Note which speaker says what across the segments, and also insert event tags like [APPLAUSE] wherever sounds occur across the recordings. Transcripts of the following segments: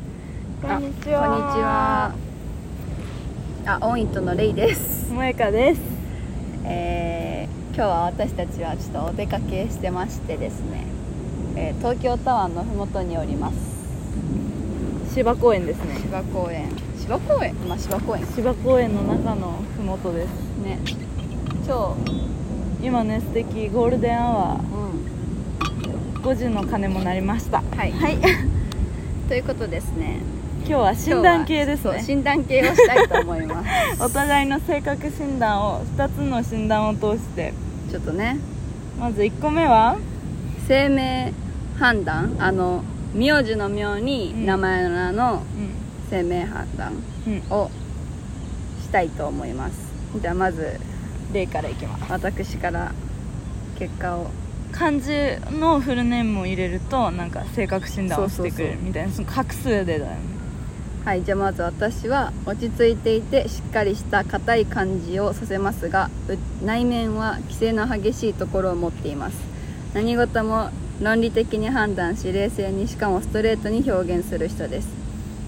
Speaker 1: こんにちは。
Speaker 2: こんにちは。あ、オンイットのレイです。
Speaker 1: 萌香です。
Speaker 2: えー今日は私たちはちょっとお出かけしてましてですね、えー東京タワーのふもとにおります。
Speaker 1: 芝公園ですね。
Speaker 2: 芝公園。芝公園、まあ芝公園
Speaker 1: 芝公園の中のふもとです。
Speaker 2: ね。超
Speaker 1: 今ね素敵ゴールデンアワー
Speaker 2: う
Speaker 1: 5時の鐘も鳴りました。
Speaker 2: ん。はい。 [LAUGHS] ということですね。
Speaker 1: 今日は診断系です
Speaker 2: 今日はそう
Speaker 1: ね。
Speaker 2: 診断系をしたいと思います。 [LAUGHS]
Speaker 1: お互いの性格診断を2つの診断を通して、
Speaker 2: ちょっとね、
Speaker 1: まず1個目は
Speaker 2: 生命判断、あの名字の名
Speaker 1: うん
Speaker 2: に名前の名の
Speaker 1: う
Speaker 2: 生命判断。
Speaker 1: んうん
Speaker 2: をしたいと思いますじゃあまず
Speaker 1: レイからいきます。
Speaker 2: 私から結果を
Speaker 1: 漢字のフルネームを入れるとなんか性格診断をしてくれるみたいなその画数でだよね。
Speaker 2: はいじゃあまず私は落ち着いていてしっかりした硬い感じをさせますがう内面は規制の激しいところを持っています何事も論理的に判断し冷静にしかもストレートに表現する人です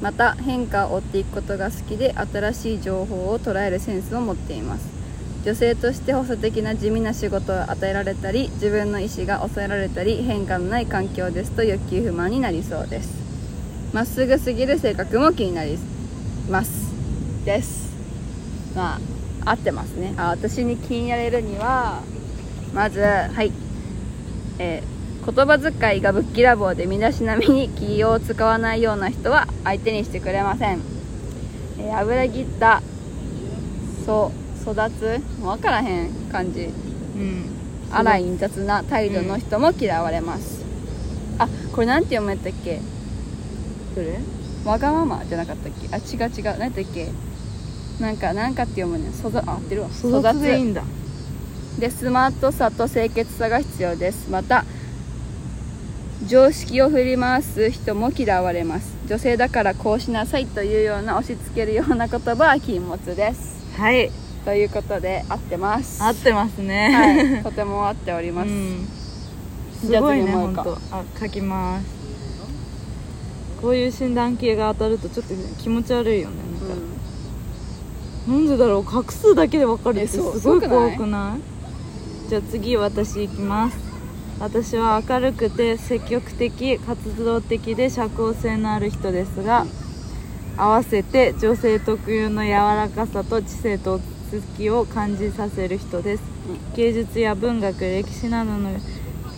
Speaker 2: また変化を追っていくことが好きで新しい情報を捉えるセンスを持っています女性として補佐的な地味な仕事を与えられたり自分の意思が抑えられたり変化のない環境ですと欲求不満になりそうですまっすぐすぎる性格も気になりますですまあ合ってますねあ私に気になれるにはまずはいえー言葉遣いがぶっきらぼうで身だしなみに気を使わないような人は相手にしてくれません、えー油切ったそう育つもう分からへん感じ
Speaker 1: うん。
Speaker 2: 荒い陰雑な態度の人も嫌われます、あこれなんて読むやったっけ
Speaker 1: どれ？
Speaker 2: わがままじゃなかったっけあ違う違う何やったっけなんかなんかって読むねんそざあ合ってるわ
Speaker 1: 育つでいい
Speaker 2: 育
Speaker 1: んだ。
Speaker 2: つでスマートさと清潔さが必要ですまた常識を振り回す人も嫌われます女性だからこうしなさいというような押し付けるような言葉は禁物です
Speaker 1: はい。
Speaker 2: ということで合ってます
Speaker 1: 合ってますね。
Speaker 2: はい、とても合っております、
Speaker 1: うん、
Speaker 2: じ
Speaker 1: [LAUGHS]
Speaker 2: ゃ
Speaker 1: す
Speaker 2: あ
Speaker 1: ごい
Speaker 2: 次
Speaker 1: ね
Speaker 2: も
Speaker 1: 本
Speaker 2: う一
Speaker 1: 当
Speaker 2: 個
Speaker 1: あ書きますこういう診断系が当たるとちょっと気持ち悪いよねなんか、なんでだろう画数だけで分かるって
Speaker 2: え
Speaker 1: す
Speaker 2: そう
Speaker 1: ごい
Speaker 2: すごくな
Speaker 1: 怖
Speaker 2: い
Speaker 1: くないじゃあ次私いきます私は明るくて積極的活動的で社交性のある人ですが合わせて女性特有の柔らかさと知性と落ち着きを感じさせる人です芸術や文学歴史などの、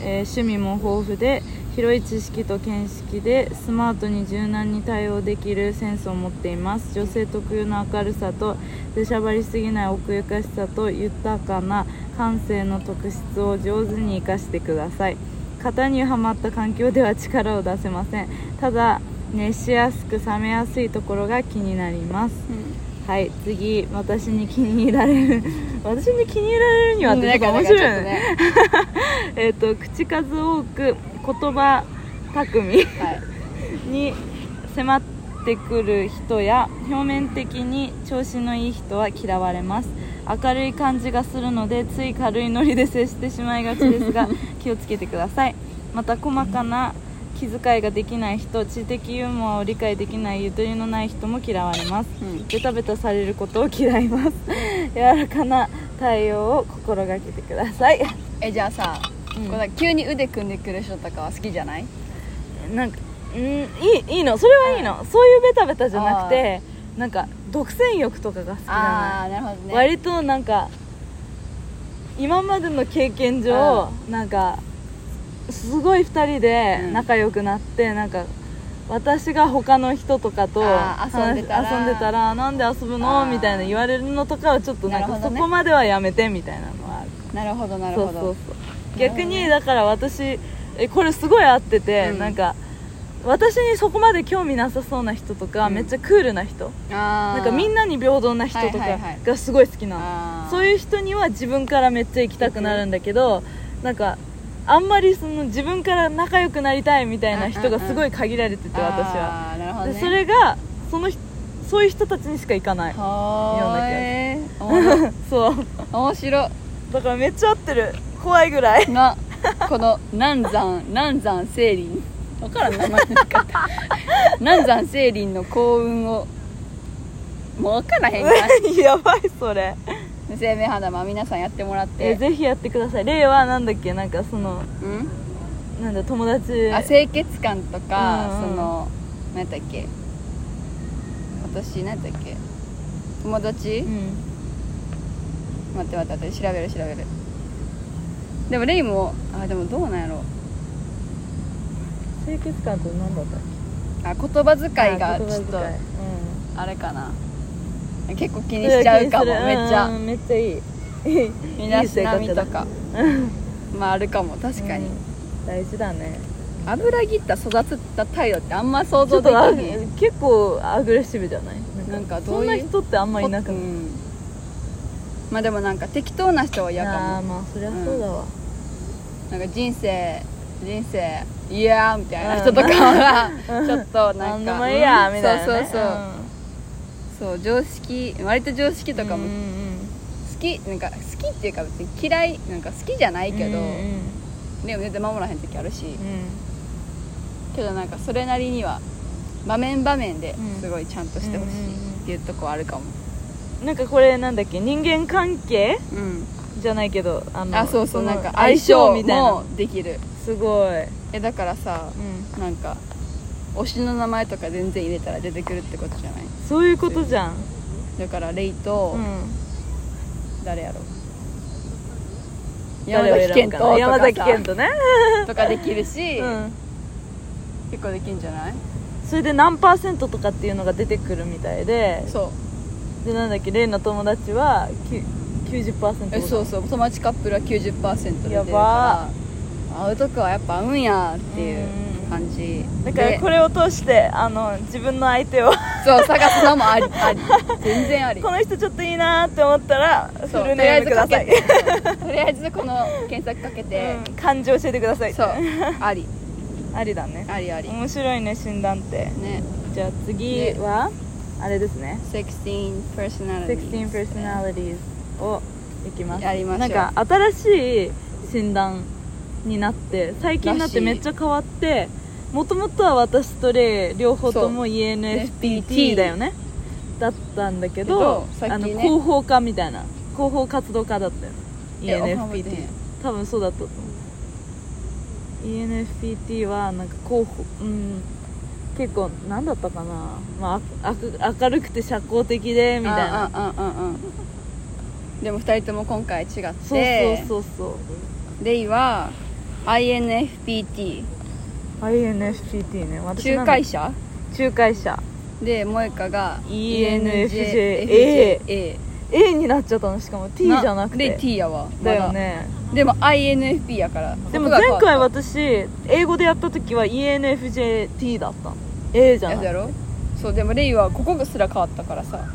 Speaker 1: えー趣味も豊富で広い知識と見識でスマートに柔軟に対応できるセンスを持っています女性特有の明るさと出しゃばりすぎない奥ゆかしさと豊かな感性の特質を上手に生かしてください型にはまった環境では力を出せませんただ熱しやすく冷めやすいところが気になりますはい次私に気に入られる [LAUGHS] 私に気に入られるにはってちょっと面白いよね
Speaker 2: なんかなんかちょっ
Speaker 1: えっと口数多く言葉巧み
Speaker 2: とねはい
Speaker 1: に迫ってくる人や表面的に調子のいい人は嫌われます明るい感じがするのでつい軽いノリで接してしまいがちです
Speaker 2: [LAUGHS]
Speaker 1: が気をつけてくださいまた細かな気遣いができない人知的ユーモアを理解できないゆとりのない人も嫌われます
Speaker 2: うん
Speaker 1: ベタベタされることを嫌います柔らかな対応を心がけてください [LAUGHS]
Speaker 2: えじゃあさ、
Speaker 1: うん
Speaker 2: こうなんか急に腕組んでくる人とかは好きじゃない
Speaker 1: なんかんいいいいのそれはいいの、そういうベタベタじゃなくてなんか独占欲とかが好きな
Speaker 2: ああーなるほど
Speaker 1: の、
Speaker 2: ね
Speaker 1: 割となんか今までの経験上なんかすごい2人で
Speaker 2: うん
Speaker 1: 仲良くなって、なんか私が他の人とかと
Speaker 2: あー遊んでたら
Speaker 1: 話遊んでたらなんで遊ぶの
Speaker 2: あー
Speaker 1: みたいな言われるのとかはちょっとなん
Speaker 2: な
Speaker 1: か
Speaker 2: る
Speaker 1: そ
Speaker 2: ほどね
Speaker 1: こまではやめてみたいなのはある
Speaker 2: なるほどなる
Speaker 1: そ
Speaker 2: ほ
Speaker 1: う
Speaker 2: ど
Speaker 1: そうそう逆
Speaker 2: なるほど
Speaker 1: に
Speaker 2: ね
Speaker 1: だから私えこれすごい合ってて、
Speaker 2: うん
Speaker 1: なんか私にそこまで興味なさそうな人とか、
Speaker 2: うん
Speaker 1: めっちゃクールな人
Speaker 2: あ
Speaker 1: なんかみん
Speaker 2: な
Speaker 1: なに平等な人と
Speaker 2: はい
Speaker 1: か
Speaker 2: はいはい
Speaker 1: がすごい好きなの、
Speaker 2: あ
Speaker 1: そう
Speaker 2: う
Speaker 1: いう人には自分からめっちゃ行きたくなるんだけどなんかあんまりその自分から仲良くなりたいみたいな人がすごい限られてて、私は、
Speaker 2: あーなるほど、ね、
Speaker 1: でそれがその人そういう人たちにしか行かない
Speaker 2: はーいおもろ
Speaker 1: そう
Speaker 2: 面白
Speaker 1: だからめっちゃ合ってる怖いぐらい
Speaker 2: なこの南山南山聖林分からん名前なかった南山聖林の幸運をもう分からへんか
Speaker 1: [LAUGHS]
Speaker 2: [LAUGHS]
Speaker 1: やばいそれ
Speaker 2: 無生命肌ま皆さんやってもらって
Speaker 1: えぜひやってください例はなんだっけなんかその
Speaker 2: うん
Speaker 1: なんだ友達
Speaker 2: あ清潔感とか、
Speaker 1: うんうん
Speaker 2: その何やったっけ私何やったっけ友達、
Speaker 1: うん
Speaker 2: 待って待って待って調べる調べるでもレイもあでもどうなんやろ
Speaker 1: 清潔感と何だったっ
Speaker 2: あ言葉遣
Speaker 1: け
Speaker 2: いが
Speaker 1: あ
Speaker 2: ち
Speaker 1: 言葉
Speaker 2: ょっ
Speaker 1: 遣
Speaker 2: と
Speaker 1: い
Speaker 2: あれかな結構気
Speaker 1: うん
Speaker 2: にしちゃうかも
Speaker 1: それは
Speaker 2: めっちゃ
Speaker 1: うんうんめっちゃい
Speaker 2: [LAUGHS]
Speaker 1: い
Speaker 2: 身だしなみ
Speaker 1: いい生活だ
Speaker 2: とかまああるかも確かに、
Speaker 1: うん大事だね
Speaker 2: 油ぎった育つった態度ってあんま想
Speaker 1: ちょ
Speaker 2: 像
Speaker 1: っ
Speaker 2: でき
Speaker 1: とあ
Speaker 2: へん
Speaker 1: 結構アグレッシブじゃない
Speaker 2: なんかど
Speaker 1: そ
Speaker 2: ういう
Speaker 1: んな人ってあんまいなく
Speaker 2: う
Speaker 1: ない
Speaker 2: んまあでもなんか適当な人は嫌か
Speaker 1: あー
Speaker 2: も
Speaker 1: まあそりゃそうだわ、
Speaker 2: なんか人生人生いやーみたいな人とかはちょっと
Speaker 1: な
Speaker 2: なんん
Speaker 1: で
Speaker 2: か
Speaker 1: もいいやみたいな、
Speaker 2: そう
Speaker 1: ね、
Speaker 2: そうそう、そう常識割と常識とか
Speaker 1: うん
Speaker 2: も
Speaker 1: うん
Speaker 2: 好きなんか好きっていうか別に嫌いなんか好きじゃないけど、
Speaker 1: うんうん
Speaker 2: でも絶対守らへん時ある
Speaker 1: う
Speaker 2: し、
Speaker 1: ん
Speaker 2: けどなんかそれなりには場面場面で
Speaker 1: うん
Speaker 2: すごいちゃんとしてほしいっていうとこはあるかも、
Speaker 1: なんかこれなんだっけ人間関係
Speaker 2: うん
Speaker 1: じゃないけどあの
Speaker 2: あそうそう
Speaker 1: の
Speaker 2: なんか相性
Speaker 1: みたいな
Speaker 2: もできる
Speaker 1: すごい、
Speaker 2: えだからさなんか推しの名前とか全然入れたら出てくるってことじゃない
Speaker 1: そういうことじゃん、
Speaker 2: だからレイ
Speaker 1: う
Speaker 2: と
Speaker 1: ん、
Speaker 2: 誰やろ、山
Speaker 1: 誰を
Speaker 2: 崎
Speaker 1: 選ぶか
Speaker 2: 賢人と
Speaker 1: な
Speaker 2: か
Speaker 1: 山崎賢
Speaker 2: 人
Speaker 1: 人ね、
Speaker 2: とかできるし、
Speaker 1: うん、
Speaker 2: 結構できるんじゃない
Speaker 1: それで何パーセントとかっていうのが出てくるみたいで
Speaker 2: そう
Speaker 1: でなんだっけ例の友達はきゅ90%
Speaker 2: えそうそう友達カップルは90%で出
Speaker 1: や
Speaker 2: る
Speaker 1: ば
Speaker 2: から会うとこはやっぱ合うんやっていう感じ
Speaker 1: だから
Speaker 2: で
Speaker 1: これを通してあの自分の相手を
Speaker 2: そう探すのもありあり全然あり
Speaker 1: この人ちょっといいなーって思ったらフ
Speaker 2: そう
Speaker 1: ルネームください
Speaker 2: とりあえずかけてとりあえずこの検索かけて、
Speaker 1: うん漢字教えてください
Speaker 2: そうあり
Speaker 1: [LAUGHS] ありだね
Speaker 2: ありあり
Speaker 1: 面白いね診断って
Speaker 2: ね
Speaker 1: じゃあ次は、あれですね
Speaker 2: 16 personality
Speaker 1: 16 personalities をいきます
Speaker 2: やりましょ
Speaker 1: な
Speaker 2: うん
Speaker 1: か新しい診断になって最近になってめっちゃ変わってもともとは私とレイ両方とも ENFPT だよねだったんだけど
Speaker 2: けどさ
Speaker 1: あ
Speaker 2: っ
Speaker 1: の
Speaker 2: きね
Speaker 1: 広報家みたいな広報活動家だったよ
Speaker 2: えおはよう
Speaker 1: ENFPT
Speaker 2: ね
Speaker 1: 多分そうだったと思う ENFPT はなんか候補うん結構なんだったかな、まあ、あく明るくて社交的でみたいな
Speaker 2: あああああでも2人とも今回違って
Speaker 1: そうそうそう
Speaker 2: レイは INFPT
Speaker 1: そう INFPT ね私
Speaker 2: 仲介者
Speaker 1: 仲介者
Speaker 2: で萌香が
Speaker 1: ENFJA A になっちゃったのしかも T じゃなくて
Speaker 2: で T やわま
Speaker 1: だよね
Speaker 2: でも INFP やから
Speaker 1: でも
Speaker 2: ここが
Speaker 1: 前
Speaker 2: 変わった
Speaker 1: 回私英語でやった時は ENFJT だったの A じゃ
Speaker 2: やつや
Speaker 1: ない
Speaker 2: ろそうでもレイはここがすら変わったからさ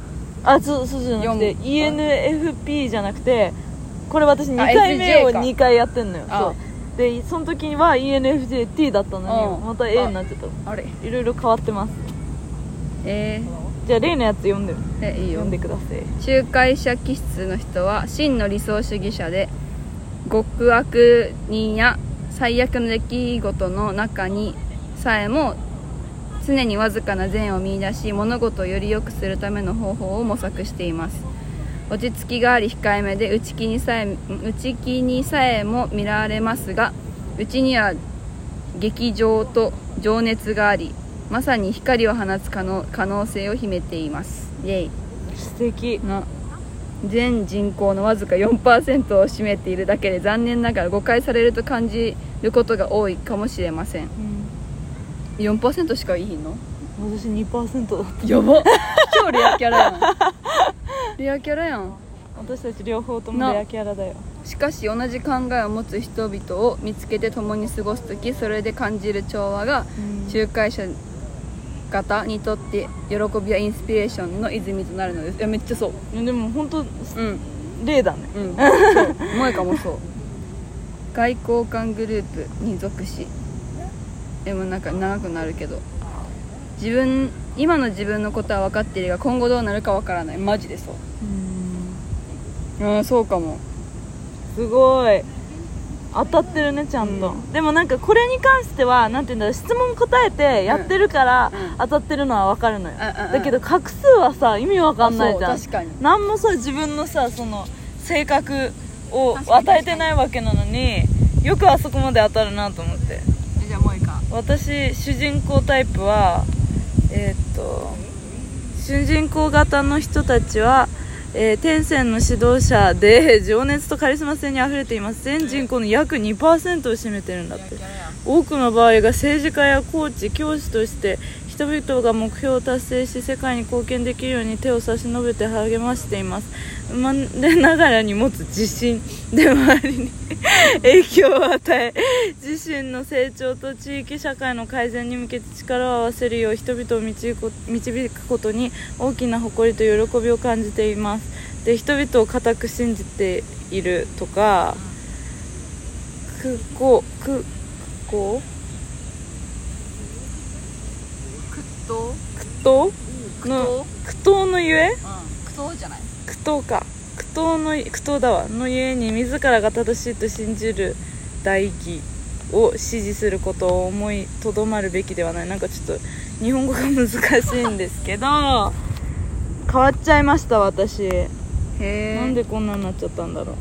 Speaker 1: あそうそうじゃなくて
Speaker 2: 四
Speaker 1: ENFP じゃなくてこれ私2
Speaker 2: あ
Speaker 1: 回目を
Speaker 2: SJ か
Speaker 1: 2回やってんのよ
Speaker 2: あ
Speaker 1: そうでその時は ENFJT だったの
Speaker 2: う
Speaker 1: に
Speaker 2: ん
Speaker 1: また A になっちゃった
Speaker 2: あれ
Speaker 1: いろいろ変わってます
Speaker 2: え
Speaker 1: じゃあ例のやつ読んで
Speaker 2: ー、えいいよ
Speaker 1: 読んでください
Speaker 2: 仲介者気質の人は真の理想主義者で極悪人や最悪の出来事の中にさえも常にわずかな善を見出し物事をより良くするための方法を模索しています落ち着きがあり控えめで内気にさえ内気にさえも見られますが内には劇場と情熱がありまさに光を放つ可能可能性を秘めていますイエイ
Speaker 1: 素敵
Speaker 2: な全人口のわずか4%を占めているだけで残念ながら誤解されると感じることが多いかもしれません4%しかいいの
Speaker 1: 私2%だ
Speaker 2: やば超レアキャラやんレアキャラやん
Speaker 1: 私たち両方とも
Speaker 2: な
Speaker 1: レアキャラだよ
Speaker 2: しかし同じ考えを持つ人々を見つけて共に過ごす時それで感じる調和が仲介者方にとって喜びやインスピレーションの泉となるのですいやめっちゃそう
Speaker 1: いやでも本当
Speaker 2: うん
Speaker 1: 例だ
Speaker 2: [LAUGHS]
Speaker 1: ね
Speaker 2: うん、そう萌かもそう外交官グループに属しでもなんか長くなるけど自分今の自分のことは分かっているが今後どうなるか分からないマジでそ
Speaker 1: う
Speaker 2: う
Speaker 1: ん
Speaker 2: うんそうかも
Speaker 1: すごい当たってるねちゃんと、でもなんかこれに関してはなんて言うんだろう質問答えてやってるから
Speaker 2: うんうん
Speaker 1: 当たってるのは分かるのよ、
Speaker 2: うんうんうん
Speaker 1: だけど画数はさ意味分かんないじゃ
Speaker 2: あ
Speaker 1: ん
Speaker 2: そう確かに
Speaker 1: 何もさ自分のさその性格を
Speaker 2: 確かに
Speaker 1: 与えてないわけなのによくあそこまで当たるなと思って
Speaker 2: えじゃあもういいか
Speaker 1: 私主人公タイプはえーっと主人公型の人たちは、えー天線の指導者で [LAUGHS] 情熱とカリスマ性にあふれています全人口の約2%を占めてるんだって多くの場合が政治家やコーチ教師として人々が目標を達成し世界に貢献できるように手を差し伸べて励ましています生まれながらに持つ自信で周りに [LAUGHS] 影響を与え自身の成長と地域社会の改善に向けて力を合わせるよう人々を導く導くことに大きな誇りと喜びを感じていますで人々を固く信じているとか、くこくこ
Speaker 2: クッド
Speaker 1: くと
Speaker 2: ク
Speaker 1: の
Speaker 2: ト
Speaker 1: 苦闘のゆえ
Speaker 2: クトじゃない
Speaker 1: 苦闘か苦闘の苦闘だわのゆえに自らが正しいと信じる大義を支持することを思いとどまるべきではないなんかちょっと日本語が難しいんですけど変わっちゃいました私
Speaker 2: へ
Speaker 1: な
Speaker 2: え
Speaker 1: んでこんなになっちゃったんだろ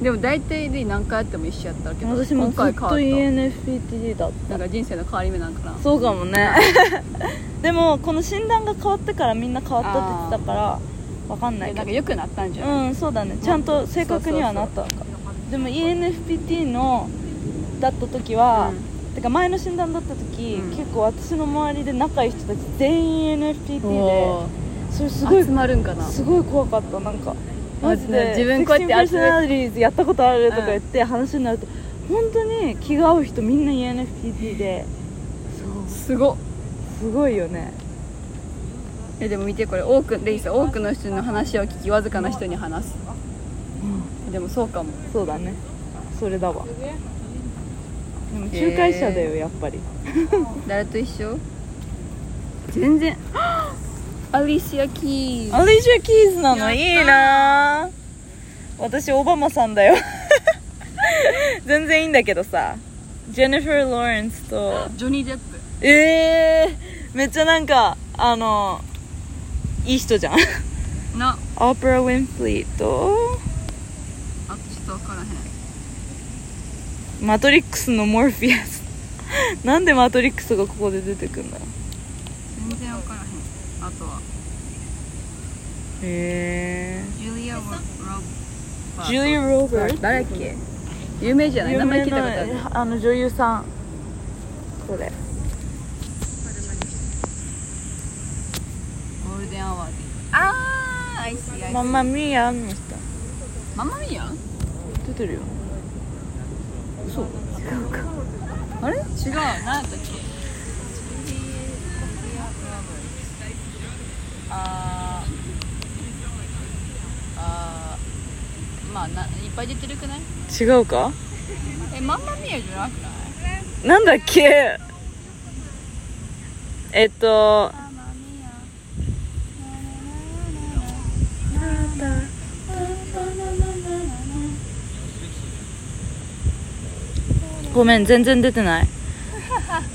Speaker 1: う
Speaker 2: でも大体で何回やっても一緒やったけど
Speaker 1: 私も
Speaker 2: 今
Speaker 1: ずっ
Speaker 2: 回
Speaker 1: と
Speaker 2: 変わっ
Speaker 1: ENFPT だったた
Speaker 2: なんか人生の変わり目なんかな
Speaker 1: そうかも
Speaker 2: [LAUGHS]
Speaker 1: ねでもこの診断が変わってからみんな変わったって言ってたからわかんない
Speaker 2: え
Speaker 1: けど
Speaker 2: なんか良くなったんじゃない、
Speaker 1: うんそうだねちゃんと正確にはなったのかでも ENFPT のだった時は、てか前の診断だった時、
Speaker 2: うん
Speaker 1: 結構私の周りで仲いい人たち全員 ENFPT
Speaker 2: お
Speaker 1: でそれすご
Speaker 2: ー
Speaker 1: い
Speaker 2: 集まるんかな
Speaker 1: すごい怖かったなんか
Speaker 2: あ
Speaker 1: マジで
Speaker 2: 自分こうやって
Speaker 1: 16パーソナリティーズやったことあるとか言って話になると、本当に気が合う人みんな ENFPT で
Speaker 2: すごっ
Speaker 1: すごいよね
Speaker 2: えでも見てこれ多くレイさん多くの人の話を聞きわずかな人に話す、でもそうかも
Speaker 1: そうだねそれだわでも仲介者だよやっぱり
Speaker 2: 誰と一緒全然アリシア・キーズ
Speaker 1: アリシャ・キーズなのいいなぁ私オバマさんだよ [LAUGHS] 全然いいんだけどさジェニファー・ローレンスと
Speaker 2: ジョニー・デップ
Speaker 1: ええー、めっちゃなんかあのいい人じゃん
Speaker 2: な
Speaker 1: オプラ・ウィンフリーと
Speaker 2: あちょっと分からへん
Speaker 1: マトリックスのモルフィアスなんでマトリックスがここで出てくんだ
Speaker 2: 全然分からへんあとは
Speaker 1: へえ
Speaker 2: ジュリア・ロブ
Speaker 1: ジュリー・ローバート
Speaker 2: 誰っけ有名じゃない名前聞いたことある
Speaker 1: あの女優さんこれ
Speaker 2: ゴールデンアワーでああアイスアイス
Speaker 1: ママミアの人
Speaker 2: ママミヤ
Speaker 1: 出てるよ
Speaker 2: そう
Speaker 1: 違うか
Speaker 2: あれ違う何やったっけあーあーまあないっぱい出てるくない
Speaker 1: 違うか
Speaker 2: えマンマミアじゃなくない
Speaker 1: なんだっけえっとごめん全然出て [LAUGHS] ない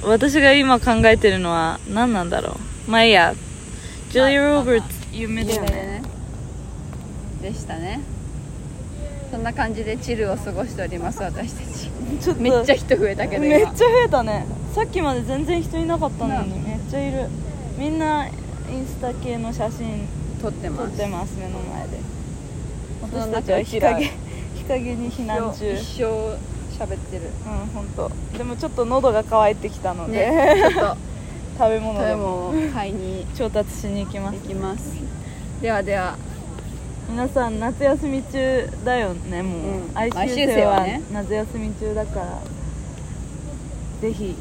Speaker 1: 私が今考えてるのは何なんだろうまあいいやジュリー・ロバーツ有名だよね
Speaker 2: でしたねそんな感じでチルを過ごしております私た [LAUGHS] ち
Speaker 1: ちょっと
Speaker 2: めっちゃ人増えたけど
Speaker 1: めっち
Speaker 2: 今
Speaker 1: ゃ増えたねさっきまで全然人いなかったのにめっちゃいるみんなインスタ系の写真
Speaker 2: 撮って
Speaker 1: 撮
Speaker 2: ま
Speaker 1: っ
Speaker 2: す
Speaker 1: てます目の前で
Speaker 2: その
Speaker 1: 私たち
Speaker 2: 中
Speaker 1: は
Speaker 2: う
Speaker 1: 日
Speaker 2: ちら
Speaker 1: 陰 [LAUGHS] 日陰に避難中
Speaker 2: 一生喋ってる
Speaker 1: うん本当。でもちょっと喉が渇いてきたので、
Speaker 2: ねちょっ [LAUGHS] と
Speaker 1: [LAUGHS] 食べ物
Speaker 2: それ
Speaker 1: でも
Speaker 2: も買いに
Speaker 1: 調達しに行きま
Speaker 2: 行
Speaker 1: す
Speaker 2: きますではでは
Speaker 1: 皆さん夏休み中だよねもう、
Speaker 2: うん
Speaker 1: 哀愁
Speaker 2: 哀愁
Speaker 1: 生
Speaker 2: 生
Speaker 1: は
Speaker 2: はね
Speaker 1: 夏休み中だからぜひ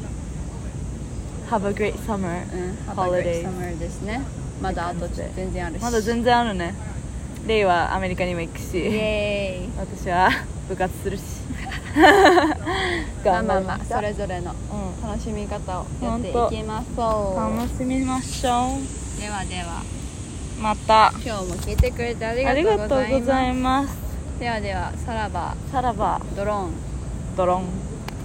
Speaker 1: Have a great summer、
Speaker 2: うん、
Speaker 1: Holidays
Speaker 2: Summer ですねまだあとちょっと全然あるし
Speaker 1: まだ全然あるねレイはアメリカにも行く
Speaker 2: イ
Speaker 1: し
Speaker 2: エーイ
Speaker 1: 私は部活す
Speaker 2: [LAUGHS]
Speaker 1: るし
Speaker 2: まあ
Speaker 1: 頑
Speaker 2: ま
Speaker 1: 張
Speaker 2: あ
Speaker 1: り
Speaker 2: ま
Speaker 1: ま
Speaker 2: あ
Speaker 1: しょ
Speaker 2: そうれぞれの
Speaker 1: う
Speaker 2: 楽しみ方をやっていきまし
Speaker 1: ん
Speaker 2: ょ
Speaker 1: 楽しみましょ
Speaker 2: うではでは
Speaker 1: うまた
Speaker 2: 今日も聞いてくれてあり
Speaker 1: あ
Speaker 2: が
Speaker 1: り
Speaker 2: とう
Speaker 1: がと
Speaker 2: ござ
Speaker 1: うご
Speaker 2: います
Speaker 1: ざいます
Speaker 2: ではではさらば
Speaker 1: さらば
Speaker 2: ドローン
Speaker 1: ドロン